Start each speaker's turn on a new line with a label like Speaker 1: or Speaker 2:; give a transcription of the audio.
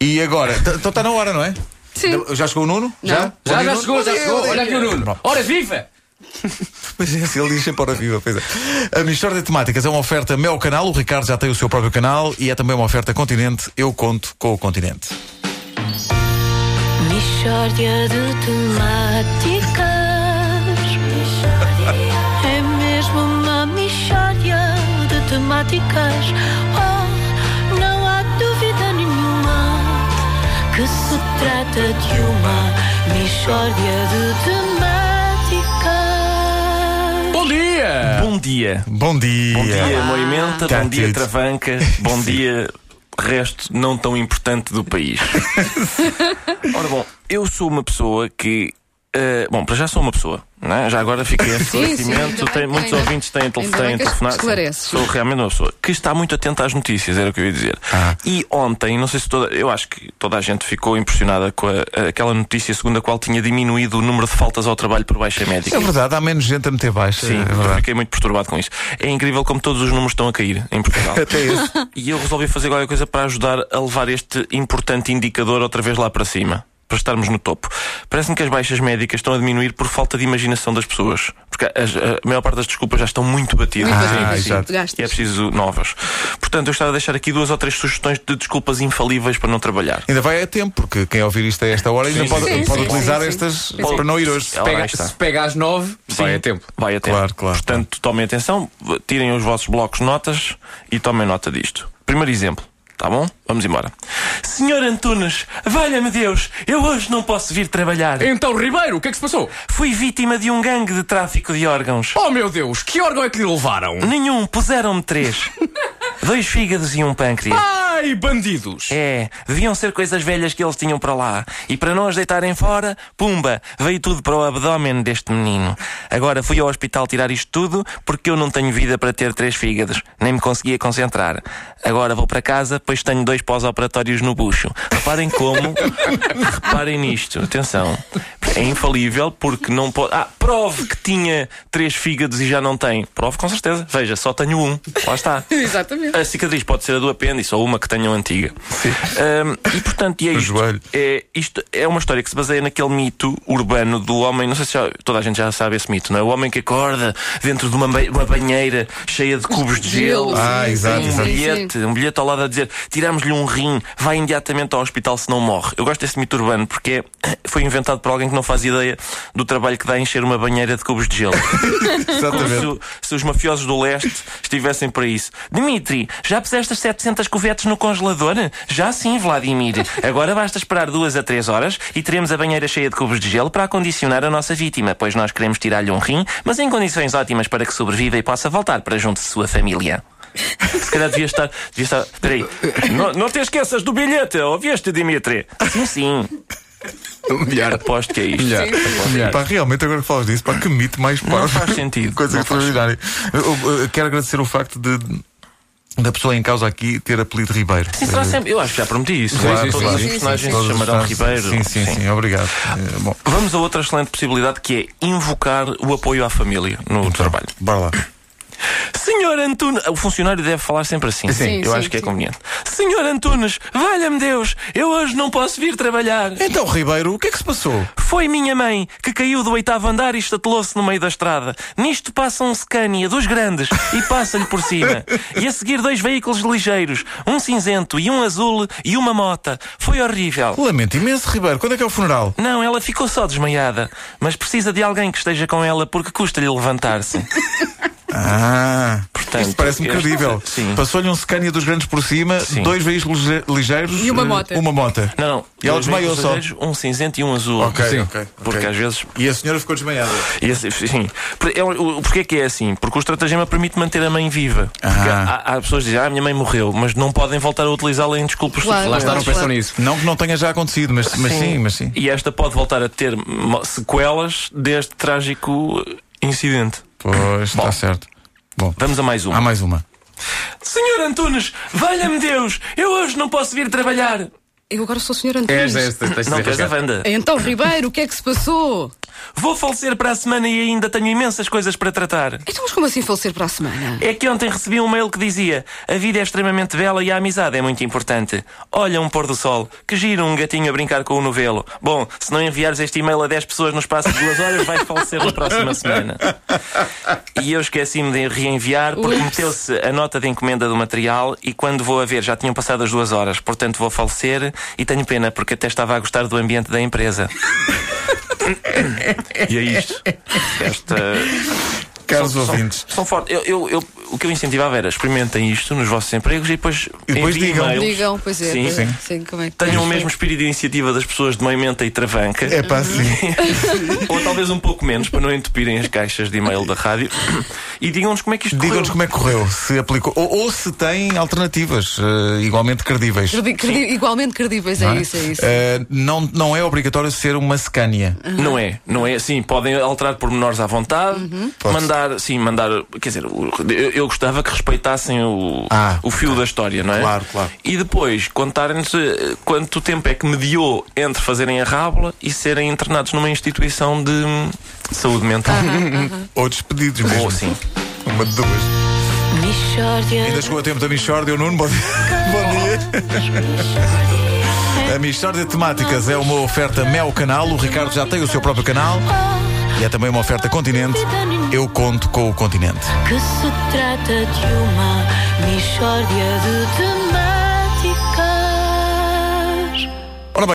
Speaker 1: E agora? T- Então está na hora, não é?
Speaker 2: Sim.
Speaker 1: Já chegou o Nuno? Já? Bom
Speaker 3: Já, já
Speaker 1: dia,
Speaker 3: chegou, já
Speaker 1: Nuno.
Speaker 3: chegou.
Speaker 1: Bom dia,
Speaker 3: Olha aqui
Speaker 1: bom
Speaker 3: o
Speaker 1: dia.
Speaker 3: Nuno. Ora, viva!
Speaker 1: Mas é assim, ele diz sempre hora viva, pois é. A Mistória de Temáticas é uma oferta meu canal, o Ricardo já tem o seu próprio canal e é também uma oferta Continente, eu conto com o Continente.
Speaker 4: Mistória de temáticas. É mesmo uma mistória de temáticas. Oh, não há dúvida nenhuma que se trata de uma mistória de temáticas.
Speaker 3: Bom dia!
Speaker 5: Bom dia.
Speaker 1: Bom dia.
Speaker 5: Bom dia, Moimenta.
Speaker 1: Tá
Speaker 5: Bom dia,
Speaker 1: tudo.
Speaker 5: Travanca. Bom dia, resto não tão importante do país. Ora bom, eu sou uma pessoa que. eh, bom, para já sou uma pessoa, não é? já agora fiquei a esclarecimento.
Speaker 2: ainda bem
Speaker 5: Tem-
Speaker 2: que
Speaker 5: Muitos
Speaker 2: ainda-
Speaker 5: ouvintes têm, tele-
Speaker 2: ainda bem
Speaker 5: têm
Speaker 2: que
Speaker 5: telefonado. Sim,
Speaker 2: esclareces.
Speaker 5: Sou realmente uma pessoa que está muito atenta às notícias, era o que eu ia dizer.
Speaker 2: Ah.
Speaker 5: E ontem, não sei se toda. Eu acho que toda a gente ficou impressionada com a- aquela notícia segundo a qual tinha diminuído o número de faltas ao trabalho por baixa médica.
Speaker 1: É verdade, há menos gente a meter baixo.
Speaker 5: Sim,
Speaker 1: é
Speaker 5: eu
Speaker 1: verdade.
Speaker 5: fiquei muito perturbado com isso. É incrível como todos os números estão a cair em Portugal.
Speaker 1: Até esse.
Speaker 5: e eu resolvi fazer qualquer coisa para ajudar a levar este importante indicador outra vez lá para cima. Para estarmos no topo. Parece-me que as baixas médicas estão a diminuir por falta de imaginação das pessoas. Porque as- a maior parte das desculpas já estão muito batidas.
Speaker 2: Muitas
Speaker 1: Ah,
Speaker 2: vidas
Speaker 1: exato.
Speaker 2: que
Speaker 5: E é
Speaker 2: gastas.
Speaker 5: preciso novas. Portanto, eu estava a deixar aqui duas ou três sugestões de desculpas infalíveis para não trabalhar.
Speaker 1: Ainda vai a tempo, porque quem ouvir isto a esta hora ainda
Speaker 5: Sim,
Speaker 1: pode,
Speaker 5: sim,
Speaker 1: pode
Speaker 2: sim,
Speaker 1: utilizar
Speaker 2: sim, sim.
Speaker 1: estas
Speaker 2: Sim.
Speaker 1: para não ir hoje.
Speaker 5: Ela
Speaker 3: Pega-
Speaker 5: lá está.
Speaker 3: se pega às nove, vai
Speaker 5: Sim,
Speaker 3: a tempo.
Speaker 5: Vai a tempo.
Speaker 1: Claro, claro,
Speaker 5: Portanto, tomem atenção, v- tirem os vossos blocos de notas e tomem nota disto. Primeiro exemplo. Tá bom? Vamos embora. Senhor Antunes, valha-me Deus, eu hoje não posso vir trabalhar.
Speaker 3: Então, Ribeiro, o que é que se passou?
Speaker 5: Fui vítima de um gangue de tráfico de órgãos.
Speaker 3: Oh, meu Deus, que órgão é que lhe levaram?
Speaker 5: Nenhum, puseram-me três. Dois fígados e um pâncreas.
Speaker 3: Ai, bandidos!
Speaker 5: É, deviam ser coisas velhas que eles tinham para lá. E para não as deitarem fora, pumba, veio tudo para o abdômen deste menino. Agora fui ao hospital tirar isto tudo porque eu não tenho vida para ter três fígados. Nem me conseguia concentrar. Agora vou para casa, pois tenho dois pós-operatórios no bucho. Reparem como. Reparem nisto, atenção. É infalível porque não pode. Ah, prove que tinha três fígados e já não tem. Prove com certeza. Veja, só tenho um. Lá está.
Speaker 2: Exatamente.
Speaker 5: A cicatriz pode ser a do apêndice ou uma que tenham antiga. Ahm, e portanto, e é
Speaker 1: Do
Speaker 5: isto,
Speaker 1: joelho.
Speaker 5: é isto é uma história que se baseia naquele mito urbano do homem, não sei se já- toda a gente já sabe esse mito, não é? O homem que acorda dentro de uma, ba- uma banheira cheia de cubos de gelo.
Speaker 2: Gelo,
Speaker 1: Ah,
Speaker 2: sim,
Speaker 1: exato,
Speaker 2: sim,
Speaker 5: Um
Speaker 1: exato.
Speaker 2: sim,
Speaker 5: bilhete, um bilhete ao lado a dizer tiramos-lhe um rim, vai imediatamente ao hospital se não morre. Eu gosto desse mito urbano porque é- foi inventado por alguém que não faz ideia do trabalho que dá encher uma banheira de cubos de gelo. Como se,
Speaker 1: Exatamente.
Speaker 5: o- se os mafiosos do leste estivessem para isso. Dimitri, já puseste as 700 covetes no congelador? Já sim, Vladimir. Agora basta esperar duas a três horas e teremos a banheira cheia de cubos de gelo para acondicionar a nossa vítima, pois nós queremos tirar-lhe um rim, mas em condições ótimas para que sobreviva e possa voltar para junto de sua família. Se calhar devia estar. Devia estar peraí. Não, não te esqueças do bilhete, ouviste, Dimitri? Sim, sim.
Speaker 3: Melhor.
Speaker 5: Aposto que é isto.
Speaker 3: Melhor. Melhor.
Speaker 1: Pá, realmente, agora que falas disso, pá, que mito mais pá.
Speaker 5: faz sentido.
Speaker 1: Coisa
Speaker 5: Não faz
Speaker 1: extraordinária. Eu, eu, eu quero agradecer o facto de da pessoa em causa aqui ter apelido Ribeiro. Eh,
Speaker 5: Sim, será sempre. Eu acho que já prometi isso.
Speaker 3: Uhum. Sim, sim,
Speaker 5: Todos
Speaker 3: sim,
Speaker 5: os
Speaker 3: sim,
Speaker 5: personagens
Speaker 1: Todos
Speaker 5: se
Speaker 1: os
Speaker 5: chamarão
Speaker 1: fãs-
Speaker 5: Ribeiro.
Speaker 1: Sim, sim, sim, obrigado. Eh, bom,
Speaker 5: Vamos a outra excelente possibilidade que é invocar o apoio à família no
Speaker 3: Então.
Speaker 5: trabalho.
Speaker 1: bora lá.
Speaker 5: Senhor Antunes, o funcionário deve falar sempre assim.
Speaker 2: Sim,
Speaker 5: eu
Speaker 2: sim,
Speaker 5: acho que é
Speaker 2: sim.
Speaker 5: conveniente. Senhor Antunes, valha-me Deus, eu hoje não posso vir trabalhar.
Speaker 1: Então, Ribeiro, o que é que se passou?
Speaker 5: Foi minha mãe que caiu do oitavo andar e estatelou-se no meio da estrada. Nisto passa um Scania dos grandes e passa-lhe por cima. E a seguir dois veículos ligeiros, um cinzento e um azul e uma mota. Foi horrível.
Speaker 1: Lamento imenso, Ribeiro. Quando é que é o funeral?
Speaker 5: Não, ela ficou só desmaiada, mas precisa de alguém que esteja com ela porque custa-lhe levantar-se.
Speaker 1: Ah,
Speaker 5: Portanto,
Speaker 1: isto parece-me
Speaker 5: este-
Speaker 1: credível.
Speaker 5: Sim.
Speaker 1: Passou-lhe um Scania dos grandes por cima,
Speaker 5: Sim.
Speaker 1: dois veículos lige- ligeiros
Speaker 2: E uma
Speaker 1: eh,
Speaker 2: mota.
Speaker 1: Uma mota.
Speaker 5: Não, não.
Speaker 1: E ela
Speaker 5: Dois
Speaker 1: desmaiou
Speaker 5: veículos
Speaker 1: só.
Speaker 5: ligeiros, Um cinzento e um azul.
Speaker 1: Ok,
Speaker 5: Sim.
Speaker 1: ok,
Speaker 5: Porque
Speaker 1: ok.
Speaker 5: às vezes.
Speaker 1: E a senhora ficou desmaiada.
Speaker 5: e esse- Sim. Por- é o- o- Porquê que é assim? Porque o estratagema permite manter a mãe viva. Porque
Speaker 1: Ah.
Speaker 5: há, há pessoas que dizem, ah, a minha mãe morreu, mas não podem voltar a utilizá-la em desculpas
Speaker 2: Claro.
Speaker 3: Lá está, não
Speaker 2: Claro.
Speaker 3: pensam nisso.
Speaker 1: Não que não tenha já acontecido, mas, mas sim. mas sim.
Speaker 5: E esta pode voltar a ter mo- sequelas deste trágico incidente.
Speaker 1: Pois, está certo. Bom,
Speaker 5: Vamos a mais uma.
Speaker 1: há mais uma.
Speaker 5: Senhor Antunes, valha-me Deus, eu hoje não posso vir trabalhar.
Speaker 2: Eu agora sou o senhor
Speaker 3: És,
Speaker 2: Antunes.
Speaker 3: és, é tens de
Speaker 5: Não,
Speaker 3: dizer,
Speaker 5: tu és a
Speaker 3: Ricardo.
Speaker 5: Wanda.
Speaker 2: Então, Ribeiro, o é que é que se passou?
Speaker 5: Vou falecer para a semana e ainda tenho imensas coisas para tratar.
Speaker 2: Então, mas como assim falecer para a semana?
Speaker 5: É que ontem recebi um mail que dizia: A vida é extremamente bela e a amizade é muito importante. Olha um pôr do sol, que giro um gatinho a brincar com o novelo. Bom, se não enviares este e-mail a 10 pessoas no espaço de duas horas, vais falecer na próxima semana. E eu esqueci-me de reenviar porque
Speaker 2: Ups.
Speaker 5: meteu-se a nota de encomenda do material e quando vou a ver já tinham passado as duas horas, portanto vou falecer e tenho pena porque até estava a gostar do ambiente da empresa. e é isto. Esta.
Speaker 1: Caros
Speaker 5: São- são-
Speaker 1: ouvintes.
Speaker 5: São fortes. Eu, eu- eu- o que eu incentivava era experimentem isto nos vossos empregos e depois,
Speaker 1: E depois
Speaker 5: enviem
Speaker 1: digam.
Speaker 5: e-mails.
Speaker 2: Digam, pois é.
Speaker 5: Sim.
Speaker 2: pois é.
Speaker 1: Sim.
Speaker 2: Sim, como é que
Speaker 5: Tenham o
Speaker 2: é?
Speaker 5: mesmo espírito de iniciativa das pessoas de Moimenta e Travanca,
Speaker 1: É pá, sim.
Speaker 5: ou talvez um pouco menos, para não entupirem as caixas de e-mail da rádio. E digam-nos como é que isto
Speaker 1: Digam-nos
Speaker 5: correu.
Speaker 1: como é que correu, se aplicou. Ou, ou se tem alternativas eh, igualmente credíveis.
Speaker 2: Credi- credi- Igualmente credíveis, é,
Speaker 1: não é?
Speaker 2: isso, é isso.
Speaker 1: Eh, não, não é obrigatório ser uma scania.
Speaker 5: Não é, não é assim. Podem alterar pormenores à vontade, mandar, sim, mandar. Quer dizer, o- eu, eu gostava que respeitassem o,
Speaker 1: Ah,
Speaker 5: o fio da história, não é?
Speaker 1: Claro, claro.
Speaker 5: E depois contarem-nos eh, quanto tempo é que mediou entre fazerem a rábula e serem internados numa instituição de hum, saúde mental.
Speaker 1: Ou despedidos mesmo.
Speaker 5: Ou assim.
Speaker 1: Uma de duas. Ainda
Speaker 4: Michórdia
Speaker 1: chegou a tempo da Michórdia, o Nuno. Bom dia. Bom dia. A Michórdia de Temáticas é uma oferta Mel Canal. O Ricardo já tem o seu próprio canal.
Speaker 4: Oh,
Speaker 1: E é também uma oferta Continente. Eu conto com o Continente.
Speaker 4: que se trata de uma Michórdia de temáticas